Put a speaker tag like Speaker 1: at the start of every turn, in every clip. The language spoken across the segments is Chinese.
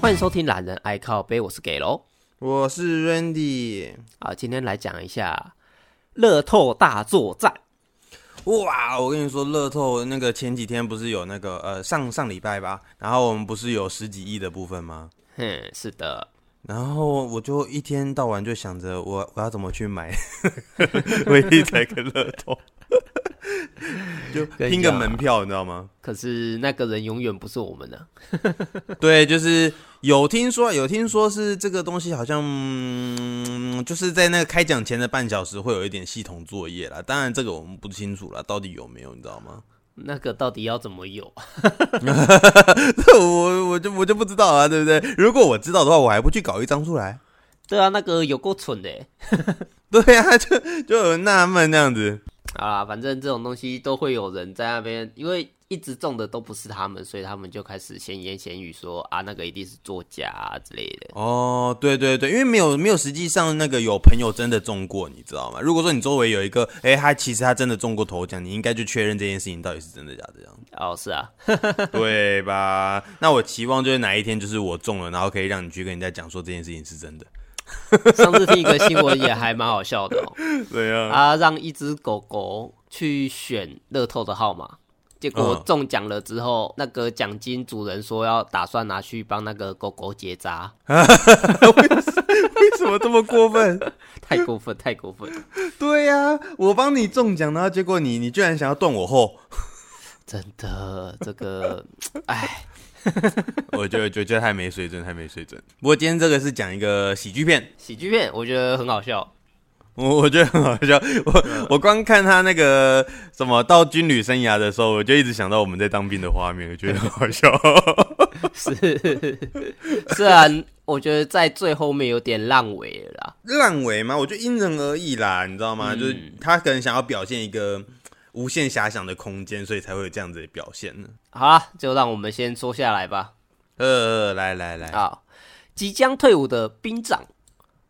Speaker 1: 欢迎收听《懒人爱靠背》，我是给喽。
Speaker 2: 我是 Randy。
Speaker 1: 啊，今天来讲一下乐透大作战。
Speaker 2: 哇，我跟你说，乐透那个前几天不是有那个呃上上礼拜吧，然后我们不是有十几亿的部分吗？
Speaker 1: 哼，是的，
Speaker 2: 然后我就一天到晚就想着我我要怎么去买 威力彩跟乐透， 就
Speaker 1: 跟你
Speaker 2: 拼个
Speaker 1: 讲
Speaker 2: 门票，你知道吗？
Speaker 1: 可是那个人永远不是我们啊的、
Speaker 2: 对，就是有听说有听说是这个东西好像、嗯、就是在那个开奖前的半小时会有一点系统作业啦，当然这个我们不清楚啦，到底有没有，你知道吗？
Speaker 1: 那个到底要怎么有？
Speaker 2: 我我就我就不知道啊，对不对？如果我知道的话，我还不去搞一张出来？
Speaker 1: 对啊，那个有够蠢的欸。
Speaker 2: 对啊，就就很纳闷这样子。
Speaker 1: 啊，反正这种东西都会有人在那边，因为一直中的都不是他们，所以他们就开始闲言闲语说啊，那个一定是作假啊之类的。
Speaker 2: 哦，对对对，因为没有没有实际上那个有朋友真的中过，你知道吗？如果说你周围有一个，哎，他其实他真的中过头奖，你应该就确认这件事情到底是真的假的，这样
Speaker 1: 哦，是啊，
Speaker 2: 对吧？那我期望就是哪一天就是我中了，然后可以让你去跟人家讲说这件事情是真的。
Speaker 1: 上次听一个新闻也还蛮好笑的、哦。
Speaker 2: 对啊，
Speaker 1: 啊，让一只狗狗去选乐透的号码，结果
Speaker 2: 嗯
Speaker 1: 中奖了之后，那个奖金主人说要打算拿去帮那个狗狗结扎，
Speaker 2: 为什么这么过分？
Speaker 1: 太过分，太过分，
Speaker 2: 对呀、我帮你中奖，然后结果你你居然想要断我后，
Speaker 1: 真的，这个，哎，
Speaker 2: 我觉得觉得太没水准，太没水准。不过今天这个是讲一个喜剧片，
Speaker 1: 喜剧片我觉得很好笑，
Speaker 2: 我我觉得很好笑。我我光看他那个什么到军旅生涯的时候，我就一直想到我们在当兵的画面，我觉得很好笑。
Speaker 1: 是，虽然我觉得在最后面有点烂尾了啦，
Speaker 2: 烂尾嘛，我觉得因人而异啦，你知道吗？就是他可能想要表现一个无限遐想的空间，所以才会有这样子的表现呢。
Speaker 1: 好啦，就让我们先说下来吧。
Speaker 2: 呃，来来来，
Speaker 1: 啊，即将退伍的兵长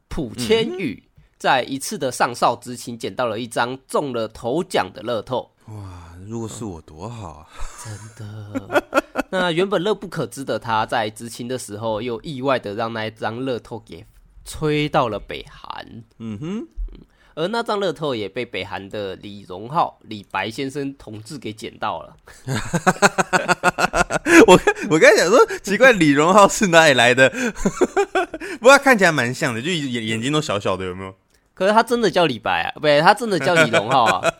Speaker 1: 朴千羽，
Speaker 2: 嗯
Speaker 1: 在一次的上哨执勤捡到了一张中了头奖的乐 透。
Speaker 2: 如果是我多好啊！
Speaker 1: 那原本乐不可支的他，在执勤的时候又意外的让那一张乐透给吹到了北韩，
Speaker 2: 嗯哼，
Speaker 1: 而那张乐透也被北韩的李荣浩、李白先生同志给捡到了。
Speaker 2: 我刚才想说，奇怪，李荣浩是哪里来的？ 不过他看起来蛮像的，就眼眼睛都小小的，有没有？
Speaker 1: 可是他真的叫李白啊，不对，他真的叫李荣浩 啊。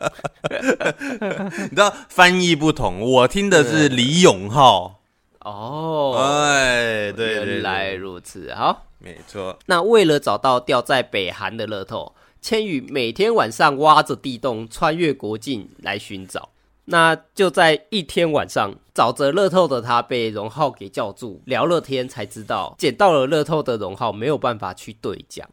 Speaker 2: 你知道翻译不同，我听的是李永浩。
Speaker 1: 哦，
Speaker 2: 哎，对对对
Speaker 1: 原来如此，好。
Speaker 2: 没错。
Speaker 1: 那为了找到掉在北韩的乐透，千羽每天晚上挖着地洞，穿越国境来寻找。那就在一天晚上，找着乐透的他被荣浩给叫住，聊了天才知道，捡到了乐透的荣浩没有办法去兑奖。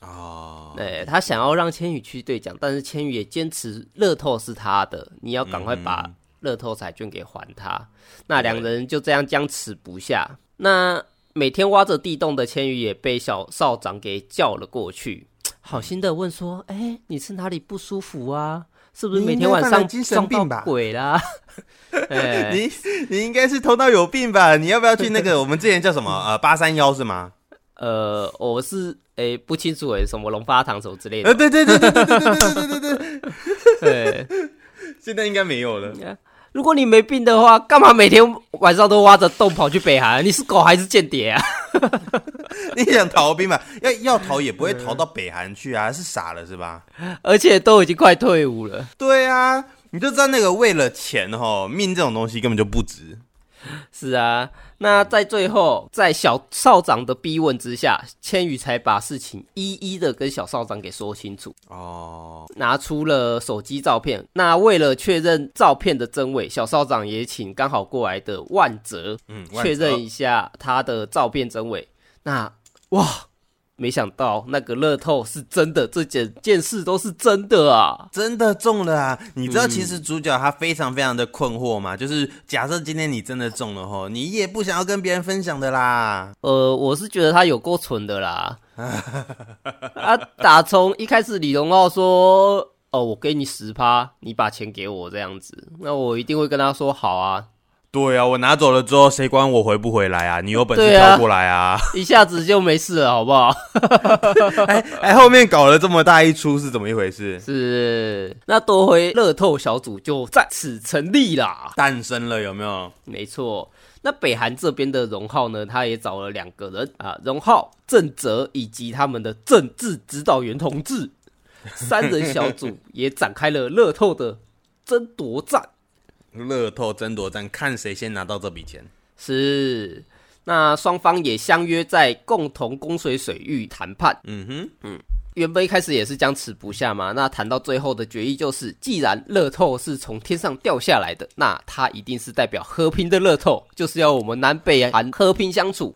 Speaker 2: 哦，
Speaker 1: 对他想要让千羽去兑奖，但是千羽也坚持乐透是他的，你要赶快把乐透彩券给还他。那两人就这样僵持不下。那每天挖着地洞的千羽也被小少长给叫了过去，好心的问说：“哎、你是哪里不舒服啊？是不是
Speaker 2: 你
Speaker 1: 每
Speaker 2: 应
Speaker 1: 天
Speaker 2: 该
Speaker 1: 晚
Speaker 2: 犯了
Speaker 1: 上
Speaker 2: 精神
Speaker 1: 撞到
Speaker 2: 病吧
Speaker 1: 鬼啦？” 哎
Speaker 2: 你你应该是头脑有病吧？你要不要去那 个我们之前叫什么呃八三幺是吗？
Speaker 1: 呃，我是哎、不清楚哎、什么龙发堂什么之类
Speaker 2: 呃，
Speaker 1: 的。
Speaker 2: 对对对对对对对对对对对，
Speaker 1: 对
Speaker 2: 现在应该没有了。
Speaker 1: 如果你没病的话，干嘛每天晚上都挖着洞跑去北韩？你是狗还是间谍啊？
Speaker 2: 你想逃兵吧？要要逃也不会逃到北韩去啊，是傻了是吧？
Speaker 1: 而且都已经快退伍了，
Speaker 2: 对啊，你就知道那个为了钱哈，命这种东西根本就不值。
Speaker 1: 是啊。那在最后，在小少长的逼问之下，千羽才把事情一一的跟小少长给说清楚，
Speaker 2: 哦，
Speaker 1: 拿出了手机照片。那为了确认照片的真伪，小少长也请刚好过来的万哲
Speaker 2: 嗯，
Speaker 1: 确认一下他的照片真伪。那哇，没想到那个乐透是真的，这整件事都是真的啊！
Speaker 2: 真的中了啊！你知道其实主角他非常非常的困惑嘛，就是假设今天你真的中了吼，你也不想要跟别人分享的啦。
Speaker 1: 呃，我是觉得他有够蠢的啦。啊，打从一开始李荣浩说：“哦，我给你十趴，你把钱给我这样子。”那我一定会跟他说：“好啊。”
Speaker 2: 对啊，我拿走了之后，谁管我回不回来啊？你有本事
Speaker 1: 对啊
Speaker 2: 跳过来啊！
Speaker 1: 一下子就没事了，好不好？
Speaker 2: 哎哎，后面搞了这么大一出是怎么一回事？
Speaker 1: 是，那夺回乐透小组就在此成立啦。
Speaker 2: 诞生了有没有？
Speaker 1: 没错，那北韩这边的荣浩呢，他也找了两个人啊，荣浩、郑哲以及他们的政治指导员同志，三人小组也展开了乐透的争夺战。
Speaker 2: 乐透争夺战，看谁先拿到这笔钱。
Speaker 1: 是，那双方也相约在共同供水水域谈判。
Speaker 2: 嗯哼，
Speaker 1: 原本一开始也是僵持不下嘛，那谈到最后的决议就是，既然乐透是从天上掉下来的，那它一定是代表和平的乐透，就是要我们南北韩和平相处，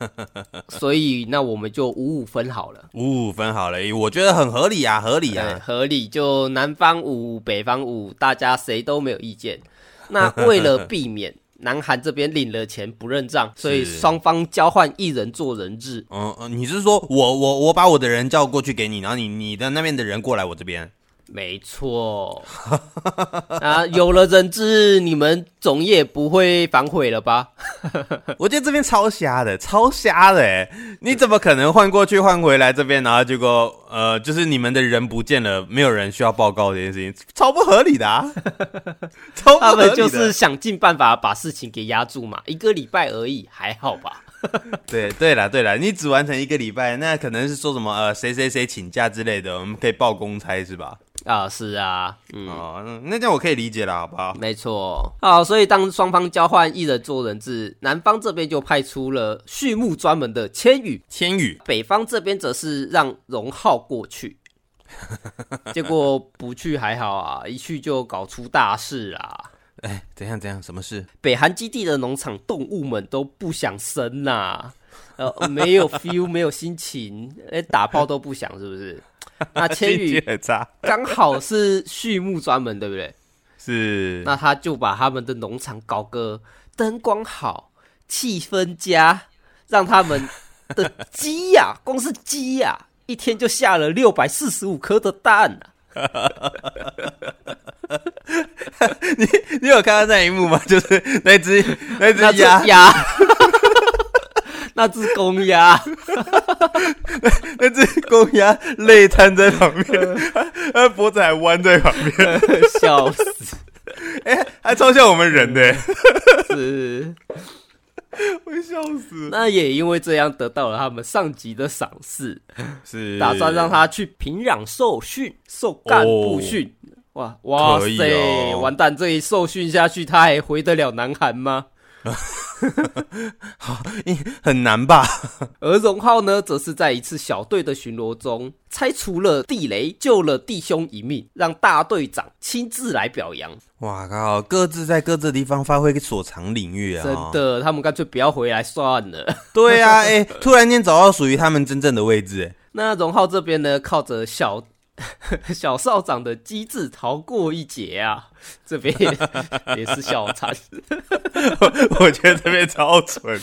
Speaker 1: 所以那我们就五五分好了。
Speaker 2: 五五分好了，我觉得很合理啊，合理
Speaker 1: 对，
Speaker 2: 啊。
Speaker 1: 合理就南方五，北方五，大家谁都没有意见。那为了避免南韩这边领了钱不认账，所以
Speaker 2: 是
Speaker 1: 双方交换一人做人质。
Speaker 2: 嗯嗯，你是说我我我把我的人叫过去给你，然后你你的那边的人过来我这边？
Speaker 1: 没错， 啊，有了人质，你们总也不会反悔了吧？
Speaker 2: 我觉得这边超瞎的，超瞎的哎！你怎么可能换过去换回来这边，然后结果呃，就是你们的人不见了，没有人需要报告这件事情，超不合理 的啊！超不
Speaker 1: 他
Speaker 2: 合
Speaker 1: 们
Speaker 2: 理的，
Speaker 1: 就是想尽办法把事情给压住嘛，一个礼拜而已，还好吧？
Speaker 2: 对对啦对啦，你只完成一个礼拜，那可能是说什么呃谁谁谁请假之类的，我们可以报公差是吧？
Speaker 1: 啊，是啊，嗯，
Speaker 2: 哦、嗯那这样我可以理解了，好不好？
Speaker 1: 没错。好，所以当双方交换一人做人质，南方这边就派出了畜牧专门的千羽，
Speaker 2: 千羽
Speaker 1: 北方这边则是让荣浩过去。结果不去还好啊，一去就搞出大事啊！
Speaker 2: 哎，怎样怎样，什么事？
Speaker 1: 北韩基地的农场动物们都不想生啦、呃，没有 feel，没有心情，哎、打炮都不想，是不 是？那千
Speaker 2: 心
Speaker 1: 羽
Speaker 2: 情很差，
Speaker 1: 刚好是畜牧专门，对不对？
Speaker 2: 是
Speaker 1: 那他就把他们的农场搞个灯光好，气氛佳，让他们的鸡呀、 光是鸡呀、一天就下了六百四十五颗的蛋、啊。
Speaker 2: 你有看到那一幕吗？就是那 只那
Speaker 1: 那
Speaker 2: 只
Speaker 1: 只
Speaker 2: 鸭，
Speaker 1: 鸭， 那只公鸭。
Speaker 2: 那只公鸭累瘫在旁 边，它脖子还弯在旁边， 哎
Speaker 1: 笑死！
Speaker 2: 还超像我们人 的，会笑死。
Speaker 1: 那也因为这样得到了他们上级的赏识，
Speaker 2: 是
Speaker 1: 打算让他去平壤受训，受干部训。哇哇
Speaker 2: 哦可以
Speaker 1: 塞！
Speaker 2: 哦
Speaker 1: 完蛋，这一受训下去，他还回得了南韩吗？
Speaker 2: 很难吧？
Speaker 1: 而荣浩呢，则是在一次小队的巡逻中拆除了地雷，救了弟兄一命，让大队长亲自来表扬。
Speaker 2: 哇靠！各自在各自的地方发挥所长领域啊！
Speaker 1: 真，的，他们干脆不要回来算了。
Speaker 2: 对啊，哎、突然间找到属于他们真正的位置、 哎
Speaker 1: 那荣浩这边呢，靠着小 小少长的机智逃过一劫啊，这边也 也是笑惨。
Speaker 2: 我觉得这边超蠢。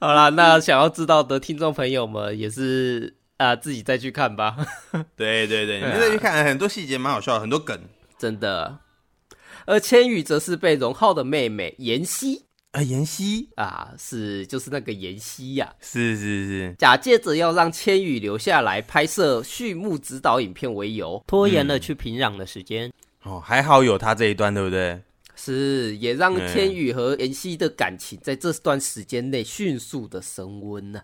Speaker 1: 好啦，那想要知道的听众朋友们也是啊、自己再去看吧，
Speaker 2: 对对对，你
Speaker 1: 对啊
Speaker 2: 们再去看很多细节，蛮好笑的，很多梗。
Speaker 1: 真的。而千羽则是被荣浩的妹妹妍希
Speaker 2: 啊、妍希
Speaker 1: 啊，是就是那个妍希呀、
Speaker 2: 是是是，
Speaker 1: 假借着要让千羽留下来拍摄序幕指导影片为由，拖延了去平壤的时间。
Speaker 2: 哦，还好有他这一段，对不对？
Speaker 1: 是，也让
Speaker 2: 嗯
Speaker 1: 千羽和妍希的感情在这段时间内迅速的升温呢、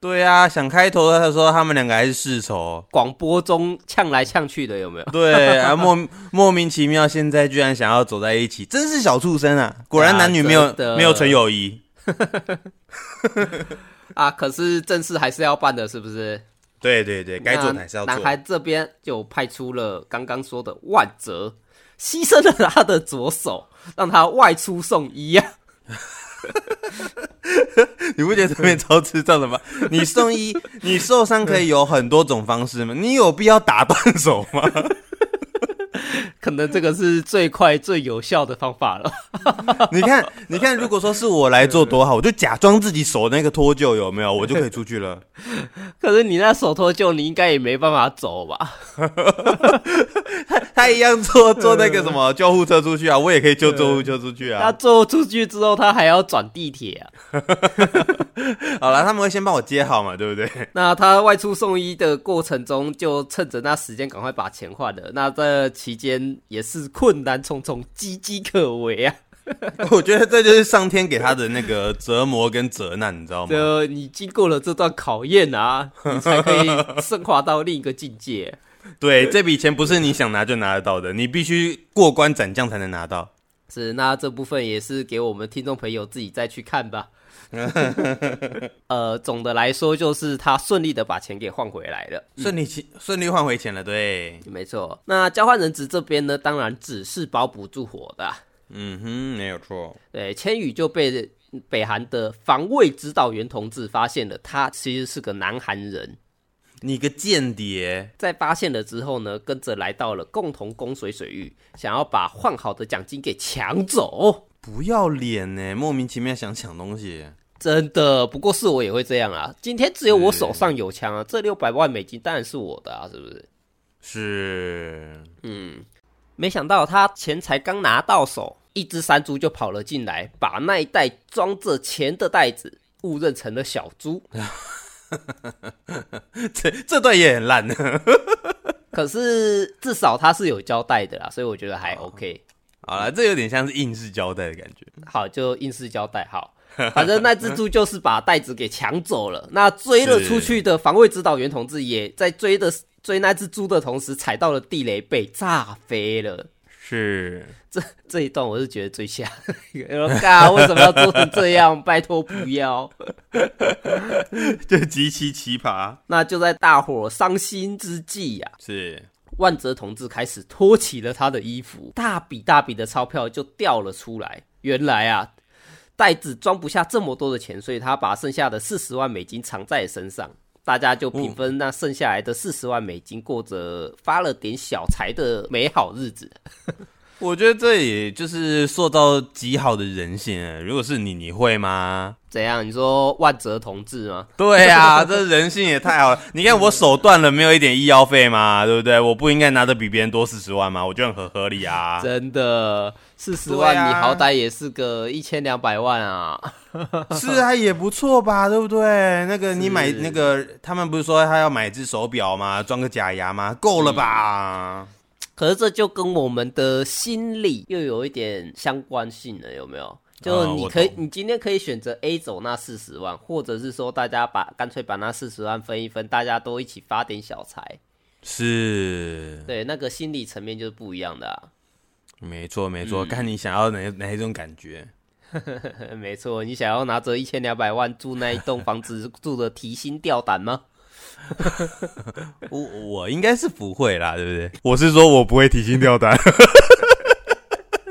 Speaker 2: 对啊，想开头的时候，他们两个还是世仇。
Speaker 1: 广播中呛来呛去的有 没有？
Speaker 2: 对啊，莫莫名其妙，现在居然想要走在一起，真是小畜生啊！果然
Speaker 1: 啊
Speaker 2: 男女没有、
Speaker 1: 真的
Speaker 2: 没有纯友谊。
Speaker 1: 啊，可是正事还是要办的，是不是？
Speaker 2: 对对对，该做的
Speaker 1: 那
Speaker 2: 还是要做
Speaker 1: 啊男。孩这边就派出了刚刚说的万泽，牺牲了他的左手，让他外出送医啊。
Speaker 2: 你不觉得这边超智 障的吗？你送医，你受伤可以有很多种方式吗？你有必要打断手 吗？
Speaker 1: 可能这个是最快最有效的方法了。
Speaker 2: 你看，你看，如果说是我来做多好，我就假装自己手那个脱臼有没有，我就可以出去 了。
Speaker 1: 可是你那手脱臼，你应该也没办法走吧？
Speaker 2: 他一样坐坐那个什么救护车出去啊，我也可以救救护车出去
Speaker 1: 他
Speaker 2: 啊。
Speaker 1: 坐出去之后，他还要转地铁啊。
Speaker 2: 好了，他们会先帮我接好嘛，对 不对？
Speaker 1: 那他外出送医的过程中，就趁着那时间赶快把钱换了。那这期间也是困难重重，岌岌可危啊。
Speaker 2: 我觉得这就是上天给他的那个折磨跟责难，你知道吗？
Speaker 1: 这你经过了这段考验啊，你才可以升华到另一个境界。
Speaker 2: 对，这笔钱不是你想拿就拿得到的，你必须过关斩将才能拿到。
Speaker 1: 是，那这部分也是给我们听众朋友自己再去看吧。呃，总的来说就是他顺利的把钱给换回来了。
Speaker 2: 顺利起顺利换回钱了，对，
Speaker 1: 没错，那交换人质这边呢，当然只是包不住火的啊。
Speaker 2: 嗯哼，没有错，
Speaker 1: 对，千羽就被北韩的防卫指导员同志发现了，他其实是个南韩人。
Speaker 2: 你个间谍，
Speaker 1: 在发现了之后呢，跟着来到了共同供水水域，想要把换好的奖金给抢走。
Speaker 2: 不要脸呢，莫名其妙想抢东西，
Speaker 1: 真的，不过是我也会这样啊。今天只有我手上有枪啊，这六百万美金当然是我的啊，是不是？
Speaker 2: 是
Speaker 1: 没想到他钱才刚拿到手，一只山猪就跑了进来，把那一袋装着钱的袋子误认成了小猪。
Speaker 2: 这这段也很烂 呢。
Speaker 1: 可是至少他是有交代的啦，所以我觉得还 OK。
Speaker 2: 好了，这有点像是应试交代的感觉。
Speaker 1: 好，就硬是交代好。反正那只猪就是把袋子给抢走了。 那追了出去的防卫指导员同志也在追的追那只猪的同时踩到了地雷，被炸飞了。
Speaker 2: 是，
Speaker 1: 这这一段我是觉得最吓， 我说嘎，为什么要做成这样？拜托不要！
Speaker 2: 就极其奇葩。
Speaker 1: 那就在大伙伤心之际啊呀、
Speaker 2: 是，
Speaker 1: 万泽同志开始脱起了他的衣服，大笔大笔的钞票就掉了出来。原来啊，袋子装不下这么多的钱，所以他把剩下的四十万美金藏在身上。大家就平分那剩下来的四十万美金，过着发了点小财的美好日子。
Speaker 2: 我觉得这也就是塑造极好的人性欸。如果是你，你会吗？
Speaker 1: 怎样？你说万泽同志吗？
Speaker 2: 对啊，这人性也太好了。你看我手断了，没有一点医药费吗？对不对？我不应该拿的比别人多四十万吗？我觉得很合合理 啊。
Speaker 1: 真的，四十
Speaker 2: 对
Speaker 1: 万
Speaker 2: 啊
Speaker 1: 你好歹也是个一千两百万啊！
Speaker 2: 是啊，也不错吧，对不对？那个你买
Speaker 1: 是
Speaker 2: 那个，他们不是说他要买只手表吗？装个假牙吗？够了吧？
Speaker 1: 可是这就跟我们的心理又有一点相关性了，有没有？就
Speaker 2: 啊
Speaker 1: 你
Speaker 2: 我
Speaker 1: 可以，
Speaker 2: 懂
Speaker 1: 你今天可以选择 A 走那四十万，或者是说大家把干脆把那四十万分一分，大家都一起发点小财。
Speaker 2: 是，
Speaker 1: 对，那个心理层面就是不一样的啊。
Speaker 2: 没错没错。看你想要哪哪一种感觉？
Speaker 1: 没错，你想要拿着一千两百万住那一栋房子， 住的提心吊胆吗？
Speaker 2: 我我应该是不会啦，对不对？我是说我不会提心吊胆，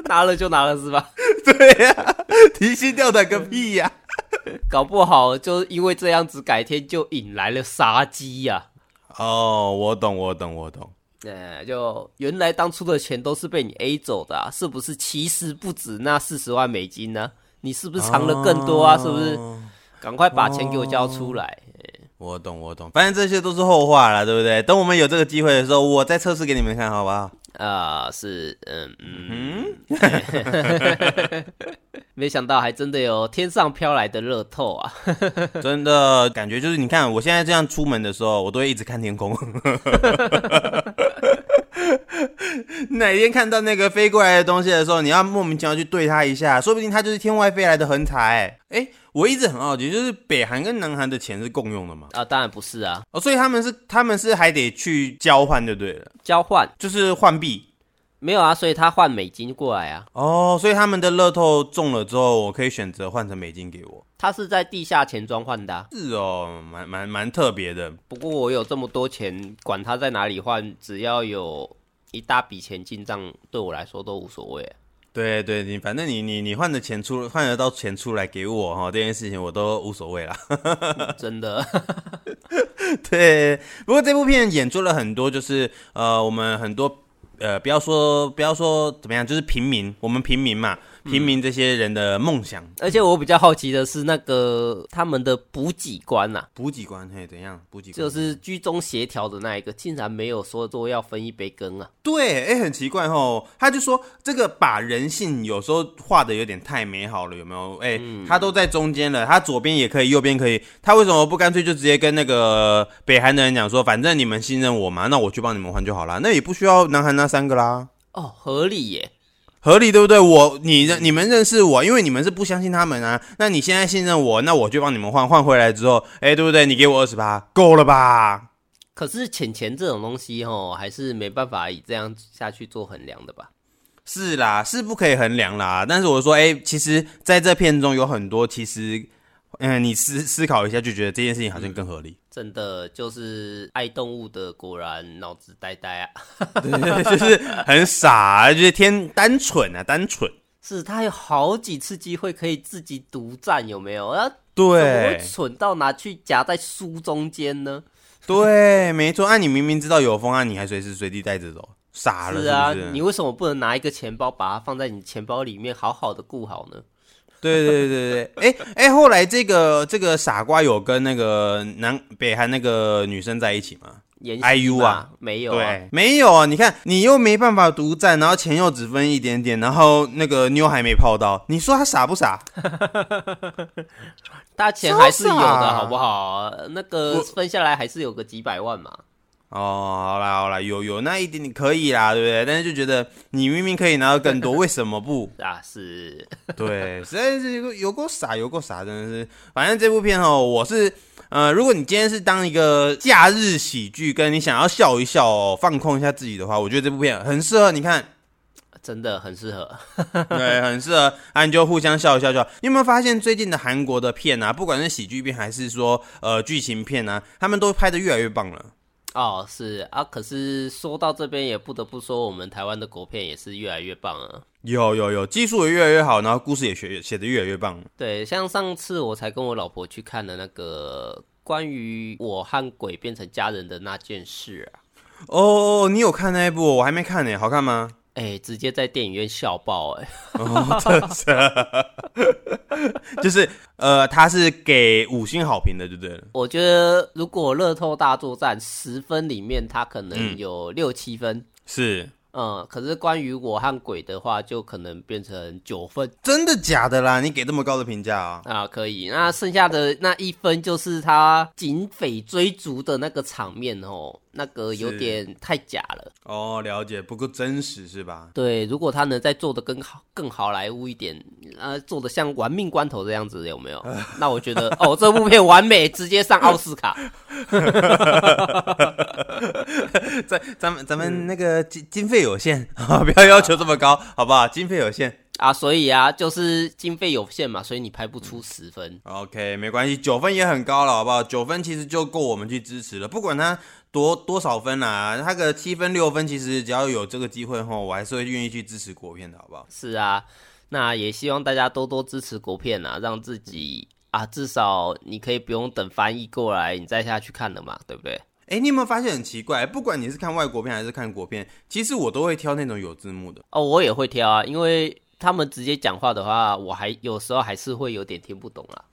Speaker 1: 拿了就拿了是吧？
Speaker 2: 对呀、啊提心吊胆个屁呀、
Speaker 1: 搞不好就因为这样子，改天就引来了杀机呀、
Speaker 2: 哦，我懂，我懂，我懂。
Speaker 1: 呃，就原来当初的钱都是被你 A 走的、啊，是不是？其实不止那四十万美金呢、你是不是藏了更多啊？是不是？
Speaker 2: 哦
Speaker 1: 赶快把钱给我交出来！
Speaker 2: 我懂，我懂。反正这些都是后话啦，对不对？等我们有这个机会的时候，我再测试给你们看，好不好？
Speaker 1: 啊、是，嗯嗯，没想到还真的有天上飘来的乐透啊！
Speaker 2: 真的感觉就是，你看我现在这样出门的时候，我都会一直看天空。 哪天看到那个飞过来的东西的时候，你要莫名其妙去对它一下，说不定它就是天外飞来的横财。哎、我一直很好奇，就是北韩跟南韩的钱是共用的嘛？
Speaker 1: 啊，当然不是啊，
Speaker 2: 哦，所以他们是他们是还得去交换，就对了，
Speaker 1: 交换
Speaker 2: 就是换币。
Speaker 1: 没有啊，所以他换美金过来啊。
Speaker 2: 哦，所以他们的乐透中了之后，我可以选择换成美金给我。
Speaker 1: 他是在地下钱庄换的啊、
Speaker 2: 是哦，蛮蛮蛮特别的。
Speaker 1: 不过我有这么多钱，管他在哪里换，只要有一大笔钱进账，对我来说都无所谓。
Speaker 2: 对对，你反正你你你换的钱出换得到钱出来给我哈，这件事情我都无所谓啦。
Speaker 1: 啊真的，
Speaker 2: 对，不过这部片演出了很多，就是呃，我们很多呃，不要说不要说怎么样，就是平民，我们平民嘛，平民这些人的梦想。
Speaker 1: 而且我比较好奇的是，那个他们的补给官呐、
Speaker 2: 补给官嘿，怎样？补给官
Speaker 1: 就是居中协调的那一个，竟然没有说做要分一杯羹啊！
Speaker 2: 对，哎、很奇怪哦。他就说这个把人性有时候画的有点太美好了，有没有？哎、他都在中间了，他左边也可以，右边可以，他为什么不干脆就直接跟那个北韩的人讲说，反正你们信任我嘛，那我去帮你们还就好啦，那也不需要南韩那三个啦。
Speaker 1: 哦，合理耶，
Speaker 2: 合理对不对？我你认你们认识我，因为你们是不相信他们啊。那你现在信任我，那我就帮你们换换回来之后，哎、对不对？你给我二十八，够了吧？
Speaker 1: 可是钱钱这种东西哦，还是没办法以这样下去做衡量的吧？
Speaker 2: 是啦，是不可以衡量啦。但是我说，哎、其实在这片中有很多，其实，嗯、你思思考一下，就觉得这件事情好像更合理。
Speaker 1: 真的就是爱动物的，果然脑子呆呆啊！
Speaker 2: 就是很傻、啊，就是天单纯啊，单纯。
Speaker 1: 是他有好几次机会可以自己独占，有没有？啊，怎么会
Speaker 2: 对
Speaker 1: 蠢到拿去夹在书中间呢？
Speaker 2: 对，没错。啊，你明明知道有风啊，你还随时随地带着走，傻了
Speaker 1: 是啊，
Speaker 2: 不是？
Speaker 1: 你为什么不能拿一个钱包把它放在你钱包里面，好好的顾好呢？
Speaker 2: 对对对 对，哎哎，后来这个这个傻瓜有跟那个南北韩那个女生在一起吗？
Speaker 1: 研习
Speaker 2: IU
Speaker 1: 嘛
Speaker 2: 啊，
Speaker 1: 没有啊，
Speaker 2: 对，没有啊！你看，你又没办法独占，然后钱又只分一点点，然后那个妞还没泡到，你说他傻不傻？
Speaker 1: 大钱还是有
Speaker 2: 说
Speaker 1: 的，
Speaker 2: 啥
Speaker 1: 好不好？那个
Speaker 2: 我
Speaker 1: 分下来还是有个几百万嘛。
Speaker 2: 哦，好啦好啦，有有那一点点可以啦，对不对？但是就觉得你明明可以拿到更多，为什么 不？
Speaker 1: 啊，是
Speaker 2: 对，实在是有够有够傻，有够傻，真的是。反正这部片哦，我是呃，如果你今天是当一个假日喜剧，跟你想要笑一笑、哦，放空一下自己的话，我觉得这部片很适合你看。
Speaker 1: 真的很适合。
Speaker 2: 对，很适合，啊，你就互相笑一笑就好。你有没有发现最近的韩国的片啊，不管是喜剧片还是说呃剧情片啊，他们都拍的越来越棒了。
Speaker 1: 哦，是啊，可是说到这边也不得不说，我们台湾的国片也是越来越棒啊。
Speaker 2: 有有有，技术也越来越好，然后故事也学写的越来越棒。
Speaker 1: 对，像上次我才跟我老婆去看了那个关于我和鬼变成家人的那件事啊，
Speaker 2: 哦，你有看那一部哦？我还没看呢、好看 吗？
Speaker 1: 哎，直接在电影院笑爆哎、
Speaker 2: 哦，这这，就是呃，他是给五星好评的，对不对了？
Speaker 1: 我觉得如果乐透大作战十分里面，它可
Speaker 2: 嗯
Speaker 1: 能有六七分，
Speaker 2: 是
Speaker 1: 嗯可是关于我和鬼的话，就可能变成九分
Speaker 2: 真的假的啦？你给这么高的评价啊？
Speaker 1: 啊，可以。那剩下的那一分就是他警匪追逐的那个场面哦，那个有
Speaker 2: 是
Speaker 1: 点太假了。
Speaker 2: 哦，了解，不够真实是吧？
Speaker 1: 对，如果他能再做的更好、更好莱坞一点，呃，做的像《玩命关头》这样子，有没有？那我觉得哦，这部片完美，直接上奥斯卡。
Speaker 2: 咱咱们咱们那个经经费有限， 不要要求这么高，好不好？经费有限
Speaker 1: 啊，所以啊，就是经费有限嘛，所以你拍不出十分。
Speaker 2: ，OK，没关系，九分也很高了，好不好？九分其实就够我们去支持了，不管他多多少分啦、他个七分六分，其实只要有这个机会哈，我还是会愿意去支持国片的，好不好？
Speaker 1: 是啊，那也希望大家多多支持国片啊，让自己啊，至少你可以不用等翻译过来，你再下去看了嘛，对不对？
Speaker 2: 哎、你有没有发现很奇怪？不管你是看外国片还是看国片，其实我都会挑那种有字幕的。
Speaker 1: 哦，我也会挑啊，因为他们直接讲话的话，我还有时候还是会有点听不懂啊。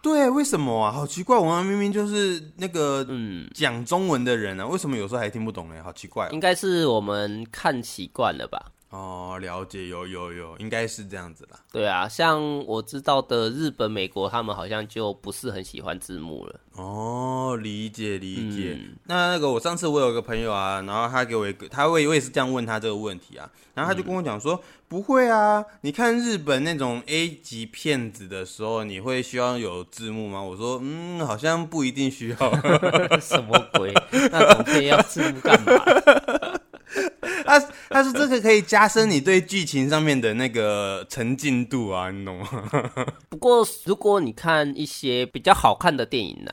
Speaker 2: 对，为什么啊？好奇怪，我们明明就是那个
Speaker 1: 嗯，
Speaker 2: 讲中文的人啊，为什么有时候还听不懂呢？好奇怪、哦。
Speaker 1: 应该是我们看习惯了吧？
Speaker 2: 哦，了解，有有有，应该是这样子啦。
Speaker 1: 对啊，像我知道的日本、美国，他们好像就不是很喜欢字幕 了。
Speaker 2: 哦，理解理解。
Speaker 1: 嗯
Speaker 2: 那那个，我上次我有个朋友啊，然后他给我一个，他我也我也是这样问他这个问题啊，然后他就跟我讲说，不会啊，你看日本那种 A 级片子的时候，你会需要有字幕吗？我说，嗯，好像不一定需要。
Speaker 1: 什么鬼？那种片要字幕干嘛？
Speaker 2: 他他说这个可以加深你对剧情上面的那个沉浸度啊，你懂吗？
Speaker 1: 不过，如果你看一些比较好看的电影啊呐、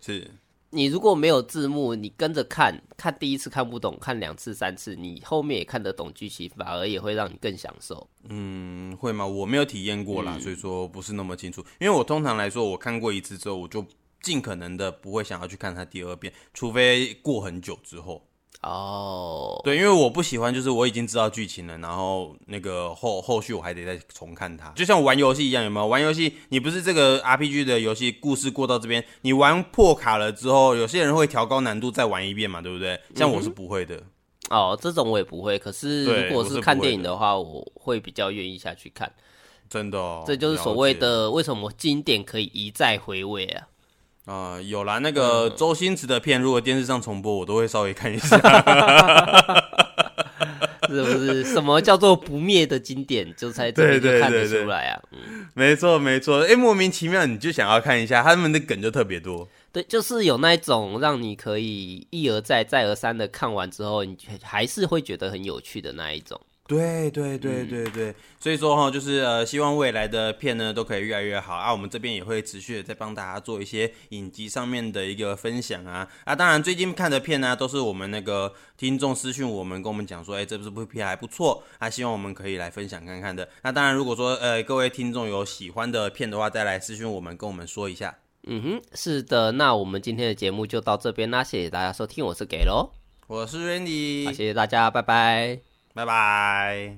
Speaker 2: 是。
Speaker 1: 你如果没有字幕，你跟着看，看第一次看不懂，看两次、三次，你后面也看得懂剧情，反而也会让你更享受。
Speaker 2: 嗯，会吗？我没有体验
Speaker 1: 嗯
Speaker 2: 过啦，所以说不是那么清楚。因为我通常来说，我看过一次之后，我就尽可能的不会想要去看它第二遍，除非过很久之后。
Speaker 1: 哦，
Speaker 2: 对，因为我不喜欢，就是我已经知道剧情了，然后那个后后续我还得再重看它，就像玩游戏一样，有没有？玩游戏你不是这个 RPG 的游戏，故事过到这边，你玩破卡了之后，有些人会调高难度再玩一遍嘛，对不对？像
Speaker 1: 嗯
Speaker 2: 我是不会的，
Speaker 1: 哦，这种我也不会。可是
Speaker 2: 对
Speaker 1: 如果
Speaker 2: 我是不
Speaker 1: 看
Speaker 2: 会
Speaker 1: 电影
Speaker 2: 的
Speaker 1: 的话，我会比较愿意下去看。
Speaker 2: 真的哦。
Speaker 1: 这就是所谓
Speaker 2: 了
Speaker 1: 的为什么经典可以一再回味啊。
Speaker 2: 解啊、有啦，那个周星驰的片，如果电视上重播，我都会稍微看一下。
Speaker 1: 是不是？ 什么叫做不灭的经典，就才这
Speaker 2: 对
Speaker 1: 里就
Speaker 2: 对
Speaker 1: 看得
Speaker 2: 对对
Speaker 1: 出来啊。嗯，
Speaker 2: 没错，没错，哎、莫名其妙你就想要看一下，他们的梗就特别多。
Speaker 1: 对，就是有那一种让你可以一而再、再而三的看完之后，你还是会觉得很有趣的那一种。
Speaker 2: 对对对对对，所以说哈，就是呃，希望未来的片呢都可以越来越好啊。我们这边也会持续的在帮大家做一些影集上面的一个分享啊啊，当然最近看的片呢、都是我们那个听众私讯我们跟我们讲说，哎、这部片还不错啊，希望我们可以来分享看看的。那当然，如果说呃各位听众有喜欢的片的话，再来私讯我们跟我们说一下。
Speaker 1: 嗯哼，是的。那我们今天的节目就到这边啦，谢谢大家收听，我是给喽，
Speaker 2: 我是
Speaker 1: 好，
Speaker 2: Randy，
Speaker 1: 谢谢大家，拜拜。
Speaker 2: 拜拜。